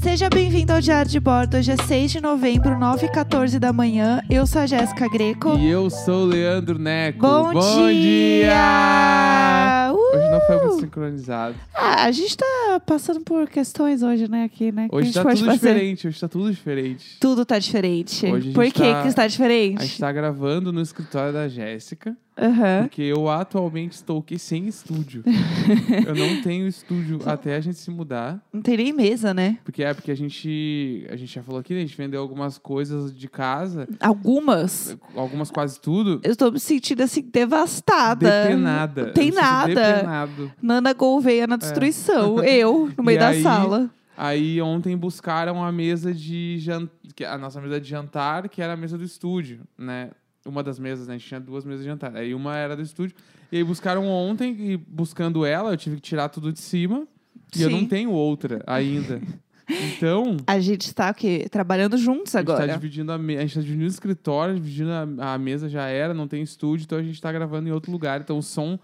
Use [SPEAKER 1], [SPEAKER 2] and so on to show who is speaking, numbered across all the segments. [SPEAKER 1] Seja bem-vindo ao Diário de Bordo. Hoje é 6 de novembro, 9h14 da manhã. Eu sou a Jéssica Greco.
[SPEAKER 2] E eu sou o Leandro Neco.
[SPEAKER 1] Bom,
[SPEAKER 2] dia!
[SPEAKER 1] dia! Uh!
[SPEAKER 2] Hoje não foi muito sincronizado.
[SPEAKER 1] Ah, a gente tá passando por questões hoje, né, aqui, né? que a
[SPEAKER 2] Hoje
[SPEAKER 1] gente
[SPEAKER 2] tá
[SPEAKER 1] pode
[SPEAKER 2] tudo
[SPEAKER 1] fazer.
[SPEAKER 2] diferente, hoje tá tudo diferente.
[SPEAKER 1] Tudo tá diferente.
[SPEAKER 2] Hoje a gente
[SPEAKER 1] por que
[SPEAKER 2] tá-
[SPEAKER 1] que está
[SPEAKER 2] A gente
[SPEAKER 1] diferente?
[SPEAKER 2] tá gravando no escritório da Jéssica,
[SPEAKER 1] Aham.
[SPEAKER 2] porque eu atualmente estou aqui sem estúdio. eu não tenho estúdio até a gente se mudar.
[SPEAKER 1] Não tem nem mesa, né?
[SPEAKER 2] Porque é porque a gente. A gente já falou aqui, né? A gente vendeu algumas coisas de casa,
[SPEAKER 1] Algumas.
[SPEAKER 2] algumas quase tudo.
[SPEAKER 1] Eu tô me sentindo assim, devastada.
[SPEAKER 2] Depenada. Eu
[SPEAKER 1] Tem
[SPEAKER 2] me sinto
[SPEAKER 1] nada.
[SPEAKER 2] Depenado.
[SPEAKER 1] Nana Gouveia na destruição. Eu, no meio
[SPEAKER 2] E
[SPEAKER 1] da
[SPEAKER 2] aí-
[SPEAKER 1] sala.
[SPEAKER 2] Aí ontem buscaram a mesa de jantar, a nossa mesa de jantar, que era a mesa do estúdio, né? Uma das mesas, né? A gente tinha duas mesas de jantar. Aí uma era do estúdio. E aí buscaram ontem, e buscando ela, eu tive que tirar tudo de cima. E eu
[SPEAKER 1] Sim.
[SPEAKER 2] não tenho outra ainda. Então,
[SPEAKER 1] A gente tá o quê? Trabalhando juntos
[SPEAKER 2] a gente tá
[SPEAKER 1] agora.
[SPEAKER 2] dividindo a, me... a gente tá dividindo o escritório, dividindo a, a mesa já era, não tem estúdio, então a gente tá gravando em outro lugar. Então o som,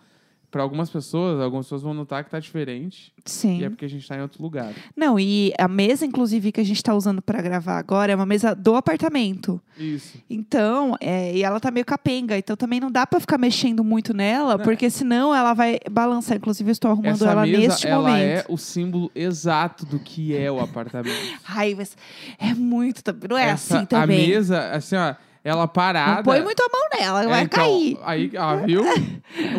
[SPEAKER 2] para algumas pessoas, algumas pessoas vão notar que tá diferente.
[SPEAKER 1] Sim.
[SPEAKER 2] E é porque a gente tá em outro lugar.
[SPEAKER 1] Não, e a mesa, inclusive, que a gente tá usando pra gravar agora é uma mesa do apartamento.
[SPEAKER 2] Isso.
[SPEAKER 1] Então, é, e ela tá meio capenga, então também não dá pra ficar mexendo muito nela,
[SPEAKER 2] Não.
[SPEAKER 1] porque senão ela vai balançar. Inclusive, eu estou arrumando
[SPEAKER 2] Essa
[SPEAKER 1] ela
[SPEAKER 2] mesa,
[SPEAKER 1] neste
[SPEAKER 2] ela
[SPEAKER 1] momento.
[SPEAKER 2] é o símbolo exato do que é o apartamento.
[SPEAKER 1] Raivas. É muito. tam- Não é
[SPEAKER 2] Essa-
[SPEAKER 1] assim também.
[SPEAKER 2] A mesa, assim, ó, ela parada.
[SPEAKER 1] não põe muito a mão nela,
[SPEAKER 2] É,
[SPEAKER 1] vai
[SPEAKER 2] então,
[SPEAKER 1] cair.
[SPEAKER 2] Aí, ah, viu?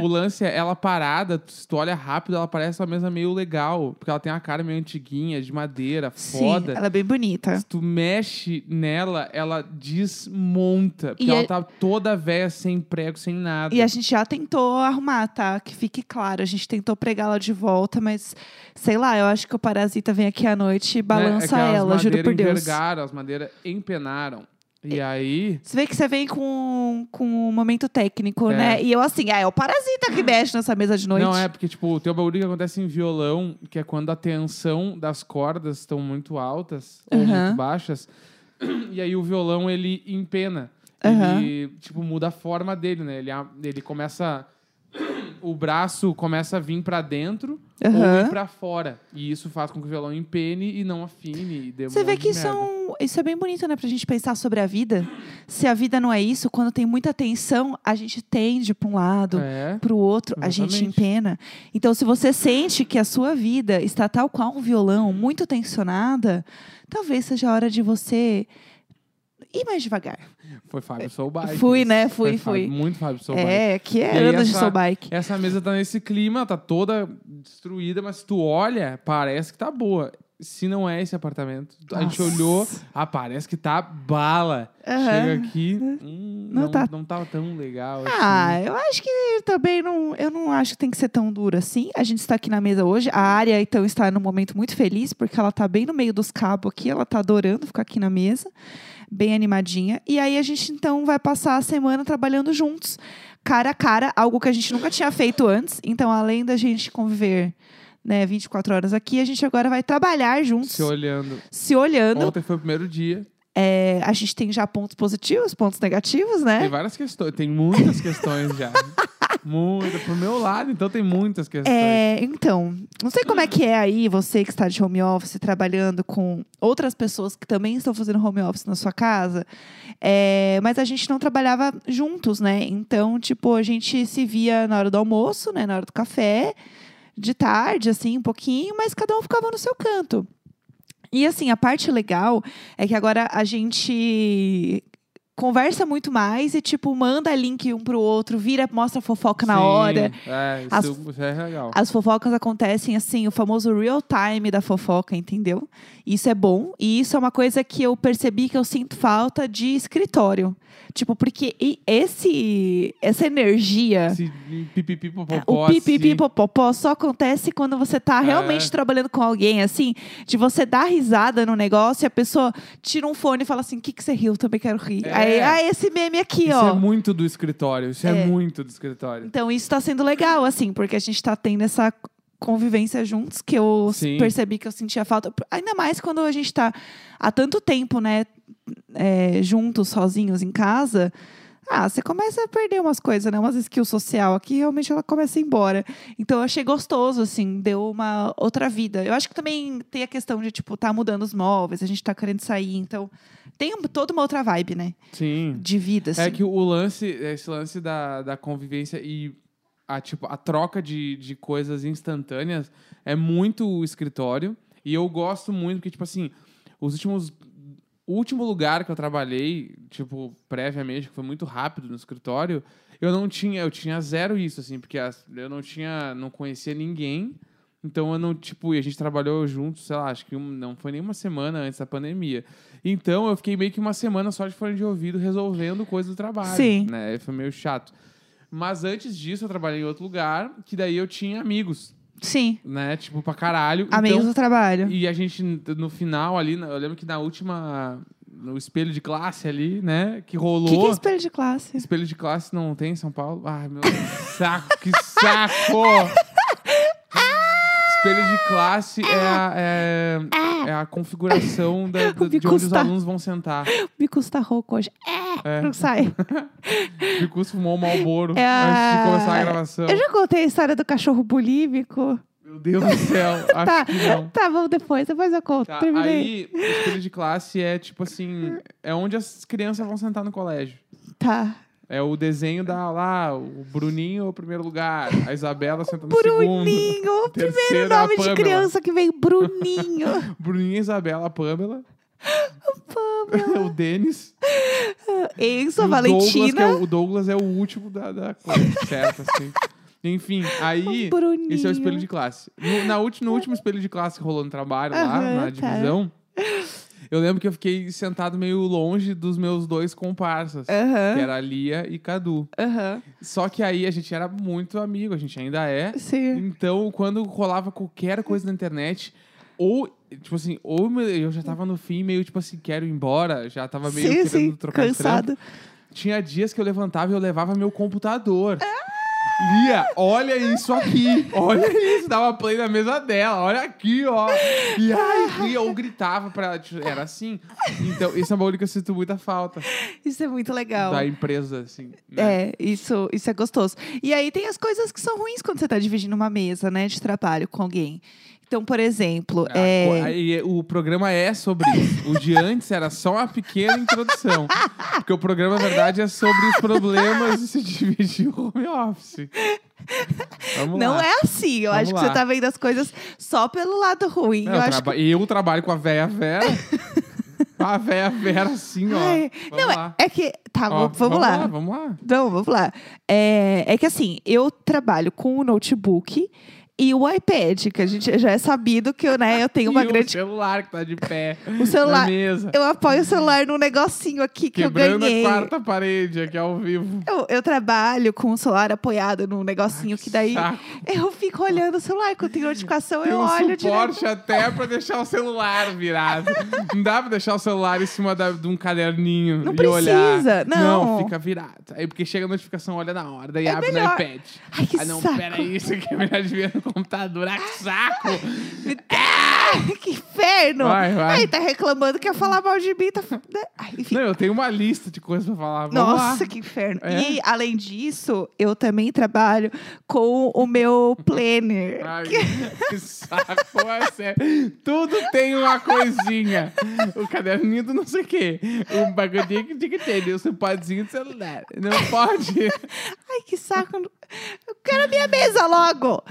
[SPEAKER 2] o lance é ela parada, tu- se tu olha rápido, ela parece uma mesa meio legal. Porque ela tem uma cara meio antiguinha, de madeira,
[SPEAKER 1] Sim,
[SPEAKER 2] foda.
[SPEAKER 1] ela é bem bonita.
[SPEAKER 2] Se tu mexe nela, ela desmonta. Porque
[SPEAKER 1] E
[SPEAKER 2] ela
[SPEAKER 1] a-
[SPEAKER 2] tá toda velha, sem prego, sem nada.
[SPEAKER 1] E a gente já tentou arrumar, tá? Que fique claro, a gente tentou pregá-la de volta, mas sei lá, eu acho que o parasita vem aqui à noite e balança
[SPEAKER 2] né?
[SPEAKER 1] ela, juro por Deus.
[SPEAKER 2] Envergaram, as madeiras empenaram. E aí.
[SPEAKER 1] Você vê que você vem com, com um momento técnico,
[SPEAKER 2] É.
[SPEAKER 1] né? E eu assim, ah, é o parasita que mexe nessa mesa de noite.
[SPEAKER 2] Não, é porque, tipo, tem um bagulho que acontece em violão, que é quando a tensão das cordas estão muito altas ou
[SPEAKER 1] Aham.
[SPEAKER 2] muito baixas, e aí o violão, ele empena.
[SPEAKER 1] Aham.
[SPEAKER 2] Ele, tipo, muda a forma dele, né? Ele, a- ele começa... O braço começa a vir pra dentro ou
[SPEAKER 1] Aham.
[SPEAKER 2] ir é pra fora. E isso faz com que o violão empene e não afine. E dê um
[SPEAKER 1] Você vê
[SPEAKER 2] monte
[SPEAKER 1] que
[SPEAKER 2] de
[SPEAKER 1] isso é,
[SPEAKER 2] merda.
[SPEAKER 1] um- isso é bem bonito, né? Pra gente pensar sobre a vida. Se a vida não é isso, quando tem muita tensão, a gente tende pra um lado,
[SPEAKER 2] É.
[SPEAKER 1] pro outro, a gente
[SPEAKER 2] Exatamente.
[SPEAKER 1] empena. Então, se você sente que a sua vida está tal qual um violão, muito tensionada, talvez seja a hora de você ir mais devagar.
[SPEAKER 2] Foi Fábio Soulbike.
[SPEAKER 1] Fui, né? Fui,
[SPEAKER 2] Foi Fábio-
[SPEAKER 1] fui.
[SPEAKER 2] Muito Fábio Soulbike.
[SPEAKER 1] É, que é
[SPEAKER 2] E aí
[SPEAKER 1] anos de
[SPEAKER 2] essa-
[SPEAKER 1] soul bike.
[SPEAKER 2] Essa mesa tá nesse clima, tá toda destruída, mas tu olha, parece que tá boa. Se não é esse apartamento, a gente
[SPEAKER 1] Nossa.
[SPEAKER 2] olhou, ah, parece que tá bala.
[SPEAKER 1] Aham.
[SPEAKER 2] Chega aqui, hum,
[SPEAKER 1] Não
[SPEAKER 2] não,
[SPEAKER 1] tá-
[SPEAKER 2] tá... não tava tão legal.
[SPEAKER 1] Ah,
[SPEAKER 2] assim.
[SPEAKER 1] eu acho que também não. Eu não acho que tem que ser tão duro assim. A gente está aqui na mesa hoje. A área, então, está num momento muito feliz, porque ela está bem no meio dos cabos aqui. Ela está adorando ficar aqui na mesa, bem animadinha. E aí a gente, então, vai passar a semana trabalhando juntos, cara a cara, algo que a gente nunca tinha feito antes. Então, além da gente conviver. Né, 24 horas aqui, a gente agora vai trabalhar juntos,
[SPEAKER 2] Se olhando.
[SPEAKER 1] se olhando.
[SPEAKER 2] Ontem foi o primeiro dia.
[SPEAKER 1] É, a gente tem já pontos positivos, pontos negativos,
[SPEAKER 2] Tem
[SPEAKER 1] né?
[SPEAKER 2] várias questões, tem muitas questões já. Muita. Pro meu lado, então tem muitas questões.
[SPEAKER 1] É, então, não sei como é que é aí você que está de home office trabalhando com outras pessoas que também estão fazendo home office na sua casa, é, mas a gente não trabalhava juntos, né? Então, tipo, a gente se via na hora do almoço, né? Na hora do café, de tarde, assim, um pouquinho, mas cada um ficava no seu canto. E assim, a parte legal é que agora a gente conversa muito mais e, tipo, manda link um pro outro, vira, mostra fofoca na
[SPEAKER 2] Sim,
[SPEAKER 1] hora.
[SPEAKER 2] É, isso
[SPEAKER 1] As-
[SPEAKER 2] isso é legal.
[SPEAKER 1] As fofocas acontecem assim, o famoso real time da fofoca, entendeu? Isso é bom. E isso é uma coisa que eu percebi que eu sinto falta de escritório. Tipo, porque e- esse, essa energia.
[SPEAKER 2] Esse
[SPEAKER 1] O
[SPEAKER 2] pipipipopopó, assim.
[SPEAKER 1] pipipipopopó só acontece quando você tá realmente
[SPEAKER 2] É.
[SPEAKER 1] trabalhando com alguém, assim, de você dar risada no negócio e a pessoa tira um fone e fala assim: o que, que você riu? Também quero rir.
[SPEAKER 2] É.
[SPEAKER 1] Aí, ah, esse meme aqui,
[SPEAKER 2] Isso
[SPEAKER 1] ó.
[SPEAKER 2] é muito do escritório. Isso
[SPEAKER 1] É.
[SPEAKER 2] é muito do escritório.
[SPEAKER 1] Então, isso tá sendo legal, assim, porque a gente tá tendo essa convivência juntos, que eu s-
[SPEAKER 2] Sim.
[SPEAKER 1] percebi que eu sentia falta. Ainda mais quando a gente tá há tanto tempo, né, é, juntos, sozinhos em casa. Ah, você começa a perder umas coisas, né? Umas skills social aqui, realmente ela começa a ir embora. Então eu achei gostoso, assim, deu uma outra vida. Eu acho que também tem a questão de, tipo, tá mudando os móveis, a gente tá querendo sair. Então tem um- toda uma outra vibe, né?
[SPEAKER 2] Sim.
[SPEAKER 1] De vida, assim.
[SPEAKER 2] É que o lance, esse lance da, da convivência e a, tipo, a troca de, de coisas instantâneas é muito o escritório. E eu gosto muito, porque, tipo assim, os últimos. O último lugar que eu trabalhei, tipo, previamente, que foi muito rápido no escritório, eu não tinha, eu tinha zero isso, assim, porque as- eu não tinha, não conhecia ninguém. Então eu não, tipo, e a gente trabalhou junto, sei lá, acho que um- não foi nem uma semana antes da pandemia. Então eu fiquei meio que uma semana só de fone de ouvido resolvendo coisas do trabalho.
[SPEAKER 1] Sim.
[SPEAKER 2] Né? Foi meio chato. Mas antes disso eu trabalhei em outro lugar, que daí eu tinha amigos,
[SPEAKER 1] Sim.
[SPEAKER 2] né? Tipo, pra caralho.
[SPEAKER 1] Amigos
[SPEAKER 2] Então,
[SPEAKER 1] do trabalho.
[SPEAKER 2] e a gente, no final ali, eu lembro que na última, no espelho de classe ali, né? Que
[SPEAKER 1] O
[SPEAKER 2] rolou.
[SPEAKER 1] que, que é espelho de classe?
[SPEAKER 2] Espelho de classe não tem em São Paulo? Ai, meu Deus, saco, que saco! Espelho de classe é a, é, é a configuração da- da-
[SPEAKER 1] Ah. O
[SPEAKER 2] de
[SPEAKER 1] bico
[SPEAKER 2] onde os
[SPEAKER 1] está-
[SPEAKER 2] alunos vão sentar.
[SPEAKER 1] Me custa rouco hoje. É,
[SPEAKER 2] É.
[SPEAKER 1] não sai.
[SPEAKER 2] O Bicus fumou um malboro
[SPEAKER 1] É
[SPEAKER 2] antes de
[SPEAKER 1] a-
[SPEAKER 2] começar a gravação.
[SPEAKER 1] Eu já contei a história do cachorro bulímico.
[SPEAKER 2] Meu Deus do céu, acho
[SPEAKER 1] tá,
[SPEAKER 2] que não.
[SPEAKER 1] tá, vamos depois, depois eu conto.
[SPEAKER 2] Tá,
[SPEAKER 1] Terminei.
[SPEAKER 2] aí, espelho de classe é tipo assim: é onde as crianças vão sentar no colégio.
[SPEAKER 1] Tá.
[SPEAKER 2] É o desenho da lá, o Bruninho é o primeiro lugar, a Isabela senta no segundo.
[SPEAKER 1] Bruninho, um o
[SPEAKER 2] Terceiro
[SPEAKER 1] primeiro
[SPEAKER 2] é a
[SPEAKER 1] nome de
[SPEAKER 2] Pamela.
[SPEAKER 1] criança que vem, Bruninho.
[SPEAKER 2] Bruninha, Isabela, Pamela. o Denis.
[SPEAKER 1] Enzo,
[SPEAKER 2] e o Douglas, que
[SPEAKER 1] Valentina.
[SPEAKER 2] é o, o Douglas é o último da, da classe, certo, assim. Enfim, aí...
[SPEAKER 1] Bruninho.
[SPEAKER 2] Esse é o espelho de classe. No, na ulti- no último espelho de classe que rolou no trabalho, lá
[SPEAKER 1] Aham,
[SPEAKER 2] na
[SPEAKER 1] tá.
[SPEAKER 2] divisão, eu lembro que eu fiquei sentado meio longe dos meus dois comparsas, que
[SPEAKER 1] Aham,
[SPEAKER 2] era Lia e Cadu.
[SPEAKER 1] aham.
[SPEAKER 2] Só que aí a gente era muito amigo, a gente ainda é.
[SPEAKER 1] Sim.
[SPEAKER 2] Então, quando rolava qualquer coisa na internet, ou, tipo assim, ou me- eu já tava no fim, meio tipo assim, quero ir embora, já tava meio
[SPEAKER 1] Sim,
[SPEAKER 2] querendo
[SPEAKER 1] sim,
[SPEAKER 2] trocar de trampo.
[SPEAKER 1] cansado.
[SPEAKER 2] Tinha dias que eu levantava e eu levava meu computador. Lia, olha isso aqui. Olha isso. Dava play na mesa dela. Olha aqui, ó. E aí, Lia, ou gritava pra. tipo, Era assim. Então, isso é uma coisa que eu sinto muita falta
[SPEAKER 1] Isso é muito legal.
[SPEAKER 2] da empresa, assim. né?
[SPEAKER 1] É, isso, isso é gostoso. E aí tem as coisas que são ruins quando você tá dividindo uma mesa, né, de trabalho com alguém. Então, por exemplo,
[SPEAKER 2] Ah,
[SPEAKER 1] é,
[SPEAKER 2] co- aí, o programa é sobre isso. O de antes era só uma pequena introdução. Porque o programa, na verdade, é sobre os problemas de se dividir o home office. Vamos
[SPEAKER 1] não
[SPEAKER 2] lá.
[SPEAKER 1] é assim. Eu
[SPEAKER 2] Vamos
[SPEAKER 1] acho que
[SPEAKER 2] lá.
[SPEAKER 1] você tá vendo as coisas só pelo lado ruim.
[SPEAKER 2] Não,
[SPEAKER 1] eu
[SPEAKER 2] eu,
[SPEAKER 1] acho
[SPEAKER 2] traba- eu trabalho com a véia Vera. a véia Vera, assim, ó.
[SPEAKER 1] Ai,
[SPEAKER 2] Vamos
[SPEAKER 1] não, é-
[SPEAKER 2] lá.
[SPEAKER 1] é, que. Tá,
[SPEAKER 2] Ó,
[SPEAKER 1] vamos, vamos lá.
[SPEAKER 2] Vamos lá.
[SPEAKER 1] Não, vamos lá. É, é que assim, eu trabalho com o notebook e o iPad, que a gente já é sabido que eu, né, eu tenho uma
[SPEAKER 2] E O
[SPEAKER 1] grande.
[SPEAKER 2] celular que tá de pé.
[SPEAKER 1] O celular.
[SPEAKER 2] Na mesa.
[SPEAKER 1] Eu apoio o celular num negocinho aqui que eu
[SPEAKER 2] Quebrando
[SPEAKER 1] ganhei.
[SPEAKER 2] a quarta parede aqui ao vivo.
[SPEAKER 1] Eu, eu trabalho com o celular apoiado num negocinho que daí
[SPEAKER 2] Saco.
[SPEAKER 1] eu fico olhando o celular. Quando tem notificação,
[SPEAKER 2] Tem
[SPEAKER 1] eu
[SPEAKER 2] um
[SPEAKER 1] olho direto.
[SPEAKER 2] suporte até pra deixar o celular virado. não dá pra deixar o celular em cima da- de um caderninho
[SPEAKER 1] Não
[SPEAKER 2] e
[SPEAKER 1] precisa,
[SPEAKER 2] olhar.
[SPEAKER 1] não.
[SPEAKER 2] fica virado. Aí porque chega a notificação, olha na hora, daí
[SPEAKER 1] É
[SPEAKER 2] abre
[SPEAKER 1] melhor.
[SPEAKER 2] no iPad.
[SPEAKER 1] Ai, que
[SPEAKER 2] ah, não,
[SPEAKER 1] saco.
[SPEAKER 2] peraí, isso aqui é melhor de ver no computador. Ah, que saco!
[SPEAKER 1] Ah, que inferno!
[SPEAKER 2] Vai, vai.
[SPEAKER 1] Aí tá reclamando que ia falar mal de mim. Tá... né? Ai, enfim.
[SPEAKER 2] não, eu tenho uma lista de coisas pra falar. Vamos
[SPEAKER 1] Nossa,
[SPEAKER 2] lá.
[SPEAKER 1] que inferno.
[SPEAKER 2] É.
[SPEAKER 1] E, além disso, eu também trabalho com o meu planner.
[SPEAKER 2] Ai, que saco, é sério. Tudo tem uma coisinha. O caderninho do não sei o quê. O bagulhinho que tem que ter. O suportezinho do celular. Não pode.
[SPEAKER 1] Ai, que saco. Eu quero a minha mesa logo.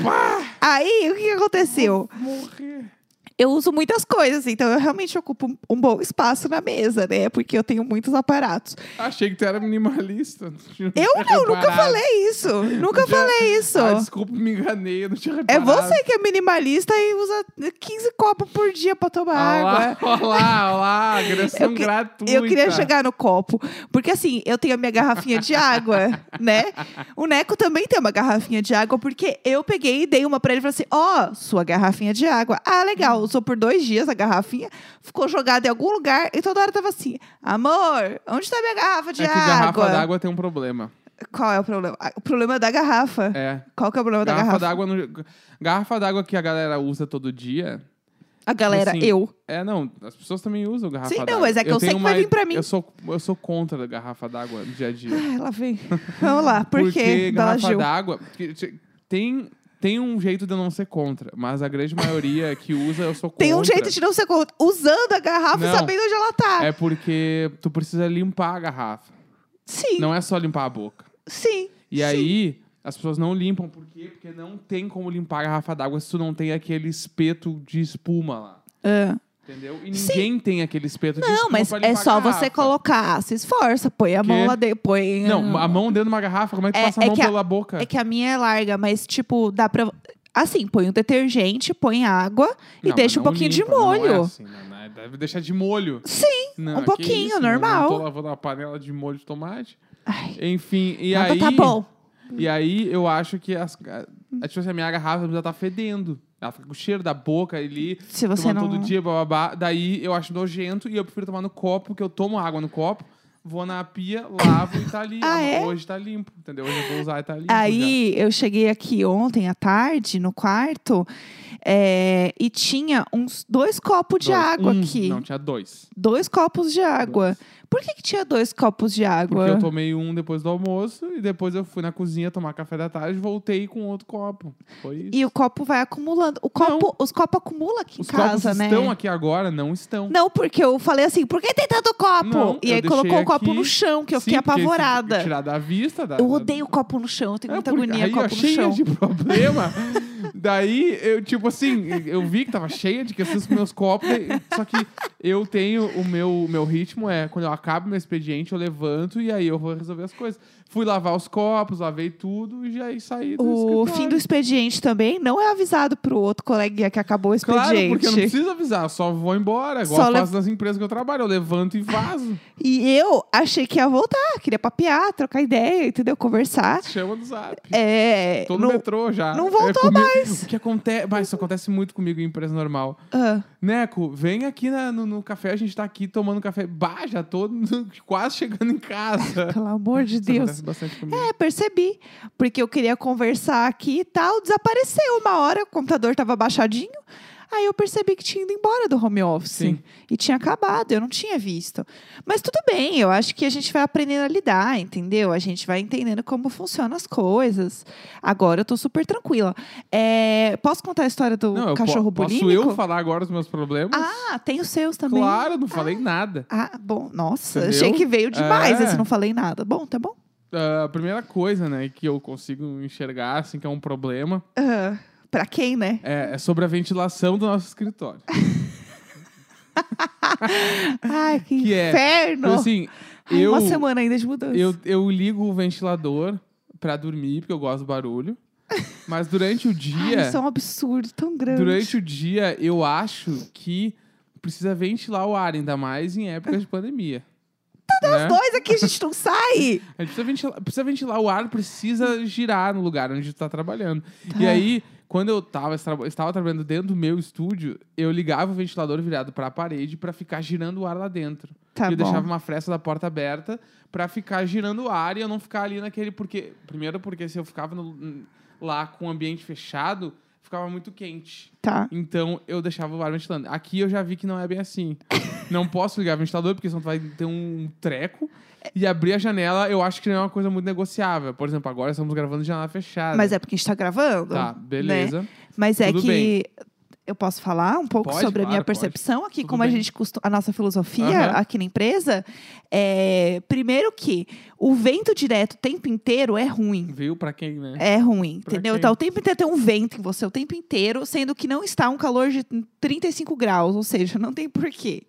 [SPEAKER 1] Aí, o que que aconteceu?
[SPEAKER 2] Morrer.
[SPEAKER 1] Eu uso muitas coisas, então eu realmente ocupo um- um bom espaço na mesa, né? Porque eu tenho muitos aparatos.
[SPEAKER 2] Achei que tu era minimalista.
[SPEAKER 1] Eu
[SPEAKER 2] É
[SPEAKER 1] não, nunca falei isso. Nunca falei isso.
[SPEAKER 2] Ah, desculpa, me enganei, eu não tinha
[SPEAKER 1] É
[SPEAKER 2] reparado.
[SPEAKER 1] você que é minimalista e usa 15 copos por dia pra tomar
[SPEAKER 2] Ah,
[SPEAKER 1] água.
[SPEAKER 2] Olá, olá, olá, agressão
[SPEAKER 1] é. Eu que-
[SPEAKER 2] gratuita.
[SPEAKER 1] Eu queria chegar no copo. Porque assim, eu tenho a minha garrafinha de água, né? O Neco também tem uma garrafinha de água, porque eu peguei e dei uma pra ele e falei assim: ó, sua garrafinha de água. Ah, legal. Usou por dois dias a garrafinha, ficou jogada em algum lugar e toda hora tava assim: amor, onde tá minha garrafa de
[SPEAKER 2] É que
[SPEAKER 1] água?
[SPEAKER 2] garrafa d'água tem um problema.
[SPEAKER 1] Qual é o problema? Ah, O problema é da garrafa.
[SPEAKER 2] É.
[SPEAKER 1] Qual que é o problema da
[SPEAKER 2] Garrafa
[SPEAKER 1] garrafa?
[SPEAKER 2] d'água no... Garrafa d'água que a galera usa todo dia
[SPEAKER 1] A galera,
[SPEAKER 2] Assim,
[SPEAKER 1] eu.
[SPEAKER 2] É, não, as pessoas também usam garrafa
[SPEAKER 1] Sim, não,
[SPEAKER 2] d'água.
[SPEAKER 1] mas é que eu sei
[SPEAKER 2] tenho
[SPEAKER 1] que vai
[SPEAKER 2] uma-
[SPEAKER 1] vir pra mim.
[SPEAKER 2] Eu sou, eu sou contra a garrafa d'água no dia a dia.
[SPEAKER 1] Ah, ela vem. Vamos lá, por
[SPEAKER 2] Porque
[SPEAKER 1] quê? Bela
[SPEAKER 2] garrafa
[SPEAKER 1] Gil.
[SPEAKER 2] d'água. porque te- Tem, tem um jeito de eu não ser contra, mas a grande maioria que usa, eu sou contra.
[SPEAKER 1] Tem um jeito de não ser co- usando a garrafa e
[SPEAKER 2] Não.
[SPEAKER 1] sabendo onde ela tá.
[SPEAKER 2] É porque tu precisa limpar a garrafa.
[SPEAKER 1] Sim,
[SPEAKER 2] Não é só limpar a boca.
[SPEAKER 1] sim.
[SPEAKER 2] E
[SPEAKER 1] sim.
[SPEAKER 2] aí, as pessoas não limpam. Por quê? Porque não tem como limpar a garrafa d'água se tu não tem aquele espeto de espuma lá.
[SPEAKER 1] Ah.
[SPEAKER 2] Entendeu? E
[SPEAKER 1] Sim.
[SPEAKER 2] ninguém tem aquele espeto de
[SPEAKER 1] Não,
[SPEAKER 2] espuma
[SPEAKER 1] mas
[SPEAKER 2] pra
[SPEAKER 1] é
[SPEAKER 2] limpar a
[SPEAKER 1] só
[SPEAKER 2] garrafa.
[SPEAKER 1] você colocar, se esforça, põe a mão
[SPEAKER 2] Quê?
[SPEAKER 1] lá dentro, põe...
[SPEAKER 2] Não, a mão dentro de uma garrafa, como é que tu
[SPEAKER 1] É-
[SPEAKER 2] passa a
[SPEAKER 1] é
[SPEAKER 2] mão
[SPEAKER 1] que a-
[SPEAKER 2] pela boca?
[SPEAKER 1] É que a minha é larga, mas tipo, dá pra... Assim, põe um detergente, põe água e
[SPEAKER 2] Não,
[SPEAKER 1] deixa um
[SPEAKER 2] mas não
[SPEAKER 1] pouquinho de
[SPEAKER 2] limpa, não é
[SPEAKER 1] molho.
[SPEAKER 2] assim, não, não é- Deve deixar de molho.
[SPEAKER 1] Sim,
[SPEAKER 2] Não,
[SPEAKER 1] um
[SPEAKER 2] que
[SPEAKER 1] pouquinho,
[SPEAKER 2] isso, não-
[SPEAKER 1] normal.
[SPEAKER 2] Não tô lavando uma panela de molho de tomate.
[SPEAKER 1] Ai,
[SPEAKER 2] Enfim, e
[SPEAKER 1] nada
[SPEAKER 2] aí...
[SPEAKER 1] tá bom.
[SPEAKER 2] E aí, eu acho que as... a- A, tipo assim, a minha garrafa já tá fedendo. Ela fica com o cheiro da boca ali,
[SPEAKER 1] Se você
[SPEAKER 2] tomando
[SPEAKER 1] não...
[SPEAKER 2] todo dia, bababá. Daí, eu acho nojento e eu prefiro tomar no copo, que eu tomo água no copo, vou na pia, lavo e tá ali.
[SPEAKER 1] Ah, é?
[SPEAKER 2] Hoje tá limpo, entendeu? Hoje eu vou usar e tá limpo já.
[SPEAKER 1] Aí eu cheguei aqui ontem à tarde, no quarto, é, e tinha uns dois copos de
[SPEAKER 2] Dois.
[SPEAKER 1] água
[SPEAKER 2] Um,
[SPEAKER 1] aqui.
[SPEAKER 2] Não, tinha dois.
[SPEAKER 1] Dois copos de água.
[SPEAKER 2] Dois.
[SPEAKER 1] Por que, que tinha dois copos de água?
[SPEAKER 2] Porque eu tomei um depois do almoço e depois eu fui na cozinha tomar café da tarde e voltei com outro copo. Foi isso.
[SPEAKER 1] E o copo vai acumulando. O copo, os copos acumulam aqui
[SPEAKER 2] Os
[SPEAKER 1] em casa,
[SPEAKER 2] copos
[SPEAKER 1] né?
[SPEAKER 2] estão aqui agora? Não estão.
[SPEAKER 1] Não, porque eu falei assim, por que tem tanto copo?
[SPEAKER 2] Não,
[SPEAKER 1] e
[SPEAKER 2] eu
[SPEAKER 1] aí colocou
[SPEAKER 2] deixei
[SPEAKER 1] o copo
[SPEAKER 2] aqui.
[SPEAKER 1] no chão, que eu
[SPEAKER 2] Sim,
[SPEAKER 1] fiquei
[SPEAKER 2] porque se
[SPEAKER 1] apavorada.
[SPEAKER 2] Tirar da vista. Da,
[SPEAKER 1] Eu
[SPEAKER 2] da-
[SPEAKER 1] odeio copo no chão, eu tenho
[SPEAKER 2] É,
[SPEAKER 1] muita
[SPEAKER 2] porque
[SPEAKER 1] agonia
[SPEAKER 2] aí, ó,
[SPEAKER 1] copo no
[SPEAKER 2] cheia
[SPEAKER 1] chão.
[SPEAKER 2] de problema. Daí, eu, tipo assim, eu vi que tava cheia de questões com meus copos. e- Só que eu tenho o meu, o meu ritmo, é quando eu acabo meu expediente, eu levanto e aí eu vou resolver as coisas. Fui lavar os copos, lavei tudo e aí saí do
[SPEAKER 1] O
[SPEAKER 2] escritório.
[SPEAKER 1] fim do expediente também não é avisado pro outro coleguinha que acabou o expediente.
[SPEAKER 2] Claro, porque eu não preciso avisar, eu só vou embora, igual
[SPEAKER 1] Só
[SPEAKER 2] eu
[SPEAKER 1] le-
[SPEAKER 2] faço nas empresas que eu trabalho. Eu levanto e vazo.
[SPEAKER 1] E eu achei que ia voltar, queria papear, trocar ideia, entendeu? Conversar.
[SPEAKER 2] Chama no zap.
[SPEAKER 1] É.
[SPEAKER 2] Tô no
[SPEAKER 1] não-
[SPEAKER 2] metrô já.
[SPEAKER 1] não voltou
[SPEAKER 2] mais. O que acontece. Mas isso acontece muito comigo em empresa normal.
[SPEAKER 1] Ah,
[SPEAKER 2] Neco, vem aqui na- no, no café, a gente tá aqui tomando café. Bah, já tô no- quase chegando em casa.
[SPEAKER 1] pelo amor de
[SPEAKER 2] Isso
[SPEAKER 1] Deus.
[SPEAKER 2] acontece bastante comigo.
[SPEAKER 1] É, percebi. Porque eu queria conversar aqui e tal. Desapareceu uma hora, o computador tava baixadinho. Aí eu percebi que tinha ido embora do home office.
[SPEAKER 2] Sim.
[SPEAKER 1] E tinha acabado, eu não tinha visto. Mas tudo bem, eu acho que a gente vai aprendendo a lidar, entendeu? A gente vai entendendo como funcionam as coisas. Agora eu tô super tranquila. É, posso contar a história do
[SPEAKER 2] Não, eu
[SPEAKER 1] É cachorro
[SPEAKER 2] po posso
[SPEAKER 1] bulímico?
[SPEAKER 2] eu falar agora os meus problemas?
[SPEAKER 1] Ah, tem os seus também.
[SPEAKER 2] claro, não falei nada.
[SPEAKER 1] Ah, bom, nossa,
[SPEAKER 2] Entendeu?
[SPEAKER 1] achei que veio demais,
[SPEAKER 2] É.
[SPEAKER 1] esse não falei nada. Bom, tá bom?
[SPEAKER 2] Ah, a primeira coisa, né, que eu consigo enxergar, assim, que é um problema,
[SPEAKER 1] Ah, pra quem, né?
[SPEAKER 2] é, é sobre a ventilação do nosso escritório.
[SPEAKER 1] Ai, que,
[SPEAKER 2] Que é,
[SPEAKER 1] inferno!
[SPEAKER 2] Então, assim,
[SPEAKER 1] Ai,
[SPEAKER 2] eu,
[SPEAKER 1] Uma semana ainda de mudança.
[SPEAKER 2] eu, eu ligo o ventilador pra dormir, porque eu gosto do barulho. Mas durante o
[SPEAKER 1] Ai,
[SPEAKER 2] dia,
[SPEAKER 1] isso é um absurdo tão grande.
[SPEAKER 2] durante o dia, eu acho que precisa ventilar o ar, ainda mais em épocas de pandemia. Né?
[SPEAKER 1] Dois aqui a gente não sai!
[SPEAKER 2] A gente precisa ventilar, precisa ventilar o ar, precisa girar no lugar onde tu tá trabalhando. E aí, quando eu tava, estra- estava trabalhando dentro do meu estúdio, eu ligava o ventilador virado pra parede pra ficar girando o ar lá dentro.
[SPEAKER 1] Tá
[SPEAKER 2] e eu
[SPEAKER 1] bom.
[SPEAKER 2] deixava uma fresta da porta aberta pra ficar girando o ar e eu não ficar ali naquele. Porque. Primeiro, porque se eu ficava no- lá com o ambiente fechado, ficava muito quente.
[SPEAKER 1] Tá.
[SPEAKER 2] Então eu deixava o ar ventilando. Aqui eu já vi que não é bem assim. não posso ligar o ventilador, porque senão tu vai ter um treco. E abrir a janela, eu acho que não é uma coisa muito negociável. Por exemplo, agora estamos gravando de janela fechada.
[SPEAKER 1] Mas é porque a gente tá gravando.
[SPEAKER 2] Tá, beleza.
[SPEAKER 1] Mas é
[SPEAKER 2] Tudo
[SPEAKER 1] que.
[SPEAKER 2] bem.
[SPEAKER 1] Eu posso falar um pouco
[SPEAKER 2] Pode,
[SPEAKER 1] sobre a minha
[SPEAKER 2] claro, pode.
[SPEAKER 1] percepção aqui,
[SPEAKER 2] Tudo
[SPEAKER 1] como a
[SPEAKER 2] bem.
[SPEAKER 1] gente costu- a nossa filosofia
[SPEAKER 2] Aham.
[SPEAKER 1] aqui na empresa? É, primeiro que o vento direto o tempo inteiro é ruim.
[SPEAKER 2] Viu? Pra quem, né?
[SPEAKER 1] É ruim,
[SPEAKER 2] Pra
[SPEAKER 1] entendeu?
[SPEAKER 2] quem?
[SPEAKER 1] Então, o tempo inteiro tem um vento em você, o tempo inteiro, sendo que não está um calor de 35 graus, ou seja, não tem porquê,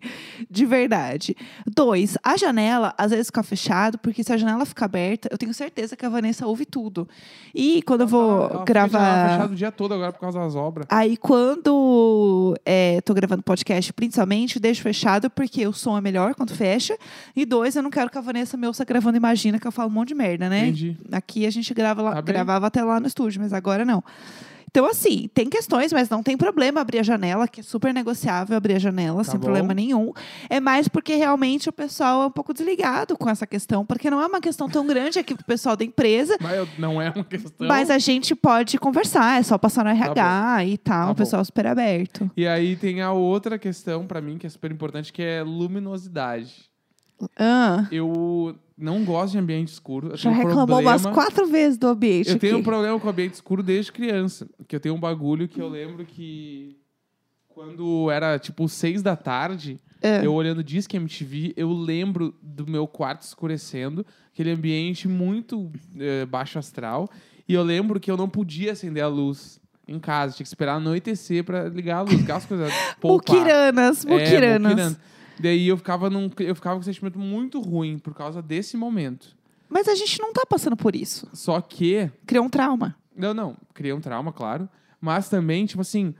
[SPEAKER 1] de verdade. Dois, a janela às vezes fica fechada, porque se a janela ficar aberta, eu tenho certeza que a Vanessa ouve tudo. E quando eu vou
[SPEAKER 2] Ela fica de janela
[SPEAKER 1] gravar.
[SPEAKER 2] fechada o dia todo agora por causa das obras.
[SPEAKER 1] Aí, quando é, tô gravando podcast, principalmente, eu deixo fechado, porque o som é melhor quando fecha. E dois, eu não quero que a Vanessa me ouça gravando, imagina que eu falo um monte de merda, né?
[SPEAKER 2] Entendi.
[SPEAKER 1] Aqui a gente grava lá-
[SPEAKER 2] Tá bem.
[SPEAKER 1] gravava até lá no estúdio, mas agora não. Então, assim, tem questões, mas não tem problema abrir a janela, que é super negociável abrir a janela,
[SPEAKER 2] Tá
[SPEAKER 1] sem
[SPEAKER 2] bom.
[SPEAKER 1] problema nenhum. É mais porque realmente o pessoal é um pouco desligado com essa questão, porque não é uma questão tão grande aqui pro pessoal da empresa.
[SPEAKER 2] Mas eu- não é uma questão.
[SPEAKER 1] Mas a gente pode conversar, é só passar no RH e tal,
[SPEAKER 2] Tá
[SPEAKER 1] o pessoal super aberto.
[SPEAKER 2] E aí tem a outra questão pra mim que é super importante, que é luminosidade.
[SPEAKER 1] Ah,
[SPEAKER 2] Eu não gosto de ambiente escuro. Eu
[SPEAKER 1] já
[SPEAKER 2] tenho
[SPEAKER 1] reclamou
[SPEAKER 2] um problema...
[SPEAKER 1] umas quatro vezes do ambiente.
[SPEAKER 2] Eu tenho um
[SPEAKER 1] aqui.
[SPEAKER 2] problema com o ambiente escuro desde criança. Que eu tenho um bagulho que eu lembro que quando era tipo seis da tarde,
[SPEAKER 1] É.
[SPEAKER 2] eu olhando Disque MTV, eu lembro do meu quarto escurecendo, aquele ambiente muito eh, baixo astral. E eu lembro que eu não podia acender a luz em casa, tinha que esperar anoitecer pra ligar a luz, aquelas coisas. poupar.
[SPEAKER 1] Muquiranas,
[SPEAKER 2] É,
[SPEAKER 1] muquiranas.
[SPEAKER 2] muquirana. Daí eu ficava, num, eu ficava com um sentimento muito ruim por causa desse momento.
[SPEAKER 1] Mas a gente não tá passando por isso.
[SPEAKER 2] Só que
[SPEAKER 1] Criou um trauma.
[SPEAKER 2] não, não. Criei um trauma, claro. Mas também, tipo assim,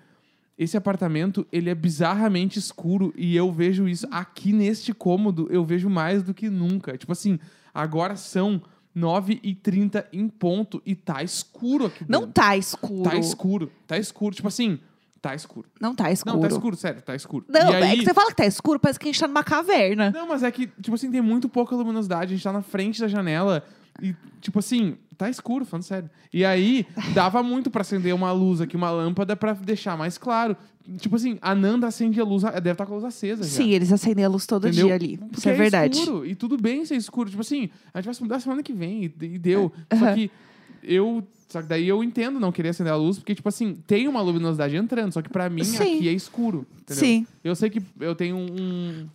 [SPEAKER 2] esse apartamento, ele é bizarramente escuro e eu vejo isso aqui neste cômodo, eu vejo mais do que nunca. Tipo assim, agora são 9h30 em ponto e tá escuro aqui
[SPEAKER 1] Não
[SPEAKER 2] dentro.
[SPEAKER 1] tá escuro.
[SPEAKER 2] Tá escuro, tá escuro. Tipo assim, tá escuro.
[SPEAKER 1] Não tá escuro.
[SPEAKER 2] Não, tá escuro, sério, tá escuro.
[SPEAKER 1] Não,
[SPEAKER 2] E aí-
[SPEAKER 1] é que você fala que tá escuro, parece que a gente tá numa caverna.
[SPEAKER 2] Não, mas é que, tipo assim, tem muito pouca luminosidade. A gente tá na frente da janela e, tipo assim, tá escuro, falando sério. E aí, dava muito pra acender uma luz aqui, uma lâmpada, pra deixar mais claro. Tipo assim, a Nanda acende a luz, ela deve estar com a luz acesa já.
[SPEAKER 1] Sim, eles acendem a luz todo
[SPEAKER 2] é. Entendeu?
[SPEAKER 1] dia ali.
[SPEAKER 2] Porque
[SPEAKER 1] Isso é verdade.
[SPEAKER 2] escuro, e tudo bem ser escuro. Tipo assim, a gente vai se mudar semana que vem e, e deu.
[SPEAKER 1] É.
[SPEAKER 2] Só que eu... Só que daí eu entendo não querer acender a luz, porque, tipo assim, tem uma luminosidade entrando, só que pra mim
[SPEAKER 1] Sim.
[SPEAKER 2] aqui é escuro. Entendeu?
[SPEAKER 1] Sim.
[SPEAKER 2] Eu sei que eu tenho um,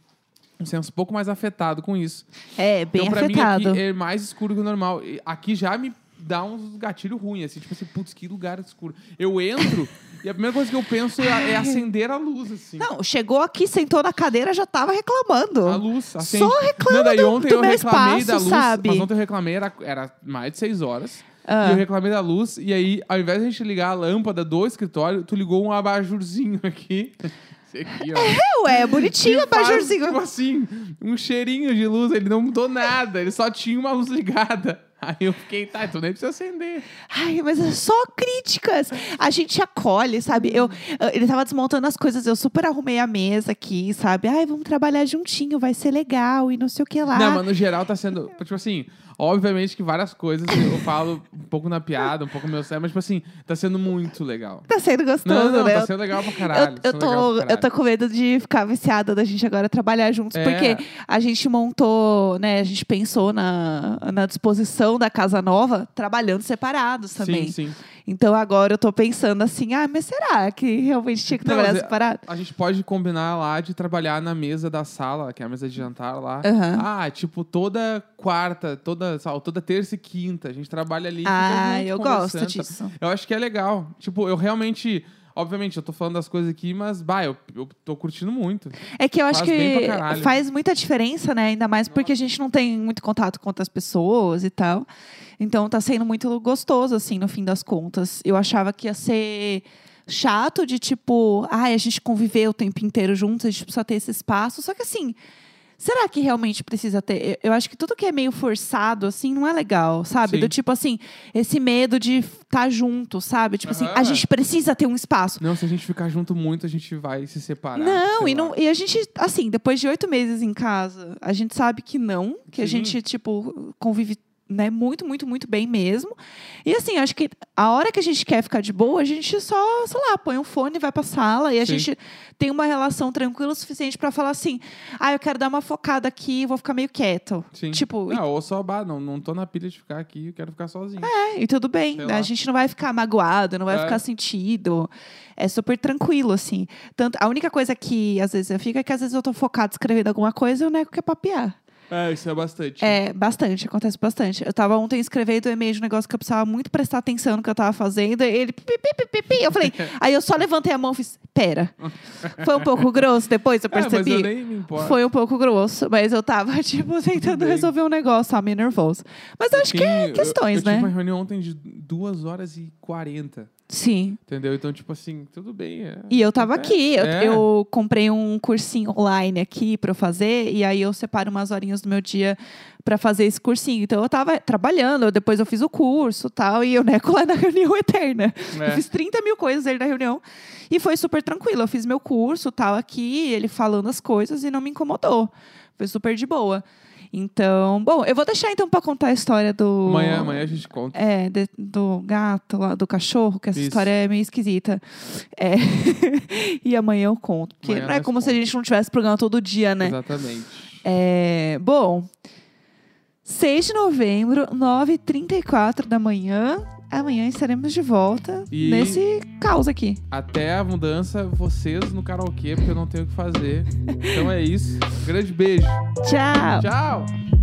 [SPEAKER 2] um senso um pouco mais afetado com isso.
[SPEAKER 1] É, bem
[SPEAKER 2] então, pra
[SPEAKER 1] afetado.
[SPEAKER 2] mim, aqui é mais escuro que o normal. E Aqui já me dá uns gatilhos ruins, assim, tipo assim, putz, que lugar escuro. Eu entro e a primeira coisa que eu penso é, é acender a luz, assim.
[SPEAKER 1] Não, chegou aqui, sentou na cadeira, já tava reclamando.
[SPEAKER 2] A luz, acende.
[SPEAKER 1] Só reclama
[SPEAKER 2] Não, daí
[SPEAKER 1] do-
[SPEAKER 2] ontem
[SPEAKER 1] do
[SPEAKER 2] eu
[SPEAKER 1] meu
[SPEAKER 2] reclamei
[SPEAKER 1] espaço,
[SPEAKER 2] da luz,
[SPEAKER 1] sabe?
[SPEAKER 2] mas ontem eu reclamei, era, era mais de seis horas.
[SPEAKER 1] Ah.
[SPEAKER 2] E eu reclamei da luz, e aí, ao invés de a gente ligar a lâmpada do escritório, tu ligou um abajurzinho aqui. Esse aqui, ó.
[SPEAKER 1] É, ué, bonitinho,
[SPEAKER 2] Que faz,
[SPEAKER 1] abajurzinho.
[SPEAKER 2] Tipo assim, um cheirinho de luz, ele não mudou nada, ele só tinha uma luz ligada. Aí eu fiquei, tá, tu nem precisa acender.
[SPEAKER 1] Ai, mas é só críticas. A gente acolhe, sabe? Eu, eh, ele tava desmontando as coisas, eu super arrumei a mesa aqui, sabe? Ai, vamos trabalhar juntinho, vai ser legal e não sei o que lá.
[SPEAKER 2] Não, mas no geral tá sendo, tipo assim, obviamente que várias coisas eu falo um pouco na piada, um pouco no meu sério, mas tipo assim, tá sendo muito legal.
[SPEAKER 1] Tá sendo gostoso,
[SPEAKER 2] Não, não,
[SPEAKER 1] né?
[SPEAKER 2] tá sendo legal pra
[SPEAKER 1] Eu-
[SPEAKER 2] caralho. tá
[SPEAKER 1] eu,
[SPEAKER 2] sendo legal
[SPEAKER 1] tô,
[SPEAKER 2] pra
[SPEAKER 1] eu tô
[SPEAKER 2] caralho.
[SPEAKER 1] com medo de ficar viciada da gente agora trabalhar juntos,
[SPEAKER 2] É.
[SPEAKER 1] porque a gente montou, né? A gente pensou na, na disposição da casa nova trabalhando separados também.
[SPEAKER 2] Sim, sim.
[SPEAKER 1] Então agora eu tô pensando assim, ah, mas será que realmente tinha que
[SPEAKER 2] Não,
[SPEAKER 1] trabalhar
[SPEAKER 2] mas é-
[SPEAKER 1] separado?
[SPEAKER 2] A gente pode combinar lá de trabalhar na mesa da sala, que é a mesa de jantar lá.
[SPEAKER 1] Aham.
[SPEAKER 2] Ah, tipo, toda quarta, toda, sei lá, toda terça e quinta. A gente trabalha ali. fica
[SPEAKER 1] Ah,
[SPEAKER 2] junto
[SPEAKER 1] eu
[SPEAKER 2] conversando,
[SPEAKER 1] gosto
[SPEAKER 2] tá?
[SPEAKER 1] disso.
[SPEAKER 2] Eu acho que é legal. Tipo, eu realmente. Obviamente, eu tô falando das coisas aqui, mas, bah, eu, eu tô curtindo muito.
[SPEAKER 1] É que eu acho
[SPEAKER 2] Faz bem
[SPEAKER 1] que
[SPEAKER 2] pra caralho.
[SPEAKER 1] faz muita diferença, né? Ainda mais porque a gente não tem muito contato com outras pessoas e tal. Então tá sendo muito gostoso, assim, no fim das contas. Eu achava que ia ser chato de tipo, ai, a gente conviver o tempo inteiro juntos, a gente precisa ter esse espaço. Só que assim. Será que realmente precisa ter? Eu eu acho que tudo que é meio forçado, assim, não é legal, sabe?
[SPEAKER 2] Sim.
[SPEAKER 1] Do tipo assim, esse medo de estar junto, sabe? Tipo assim,
[SPEAKER 2] Aham,
[SPEAKER 1] a
[SPEAKER 2] é.
[SPEAKER 1] gente precisa ter um espaço.
[SPEAKER 2] Não, se a gente ficar junto muito, a gente vai se separar.
[SPEAKER 1] Não,
[SPEAKER 2] sei
[SPEAKER 1] e,
[SPEAKER 2] lá.
[SPEAKER 1] não, e a gente, assim, depois de oito meses em casa, a gente sabe que não, que a
[SPEAKER 2] Sim.
[SPEAKER 1] gente, tipo, convive né, muito, muito, muito bem mesmo. E assim, acho que a hora que a gente quer ficar de boa, a gente só, sei lá, põe um fone, vai pra sala e a
[SPEAKER 2] Sim.
[SPEAKER 1] gente tem uma relação tranquila o suficiente pra falar assim: ah, eu quero dar uma focada aqui, vou ficar meio quieto.
[SPEAKER 2] Sim.
[SPEAKER 1] Tipo, e-
[SPEAKER 2] Não, ou só, bah, não, não tô na pilha de ficar aqui, eu quero ficar sozinho.
[SPEAKER 1] é, e tudo bem.
[SPEAKER 2] Sei
[SPEAKER 1] né?
[SPEAKER 2] lá.
[SPEAKER 1] A gente não vai ficar magoado, não vai
[SPEAKER 2] É.
[SPEAKER 1] ficar sentido. É super tranquilo, assim. Tanto, a única coisa que às vezes eu fico é que às vezes eu tô focado escrevendo alguma coisa e o Neco quer papiar.
[SPEAKER 2] É, isso é bastante.
[SPEAKER 1] É, bastante, acontece bastante. Eu tava ontem escrevendo um e-mail de um negócio que eu precisava muito prestar atenção no que eu tava fazendo. E ele. pi, pi, pi, pi, pi. Eu falei. aí eu só levantei a mão e fiz. Pera. Foi um pouco grosso depois, eu
[SPEAKER 2] É, mas
[SPEAKER 1] percebi.
[SPEAKER 2] eu nem me importo.
[SPEAKER 1] Foi um pouco grosso, mas eu tava, tipo, tentando
[SPEAKER 2] bem.
[SPEAKER 1] resolver um negócio, tá meio nervoso. Mas eu acho que
[SPEAKER 2] Sim,
[SPEAKER 1] é
[SPEAKER 2] eu-
[SPEAKER 1] questões,
[SPEAKER 2] eu, tive
[SPEAKER 1] né?
[SPEAKER 2] uma reunião ontem de 2 horas e 40.
[SPEAKER 1] Sim.
[SPEAKER 2] Entendeu? Então, tipo assim, tudo bem. é.
[SPEAKER 1] E eu tava
[SPEAKER 2] É.
[SPEAKER 1] aqui. Eu,
[SPEAKER 2] É.
[SPEAKER 1] eu comprei um cursinho online aqui pra eu fazer. E aí eu separo umas horinhas do meu dia pra fazer esse cursinho. Então eu tava trabalhando, eu- depois eu fiz o curso tal. E eu neco lá na reunião eterna. Eu
[SPEAKER 2] É.
[SPEAKER 1] fiz 30 mil coisas ele na reunião. E foi super tranquilo. Eu fiz meu curso tal aqui, ele falando as coisas e não me incomodou. Foi super de boa. Então, bom, eu vou deixar então pra contar a história do.
[SPEAKER 2] Amanhã, amanhã a gente conta.
[SPEAKER 1] É, de- do gato lá, do cachorro, que essa
[SPEAKER 2] Isso.
[SPEAKER 1] história é meio esquisita. É. e amanhã eu conto. Porque
[SPEAKER 2] Amanhã
[SPEAKER 1] não é
[SPEAKER 2] nós
[SPEAKER 1] como se a gente não tivesse programa todo dia, né?
[SPEAKER 2] Exatamente.
[SPEAKER 1] É, bom, 6 de novembro, 9h34 da manhã. Amanhã estaremos de volta
[SPEAKER 2] E-
[SPEAKER 1] nesse caos aqui.
[SPEAKER 2] Até a mudança, vocês no karaokê, porque eu não tenho o que fazer. Então é isso. Grande beijo.
[SPEAKER 1] Tchau!
[SPEAKER 2] Tchau.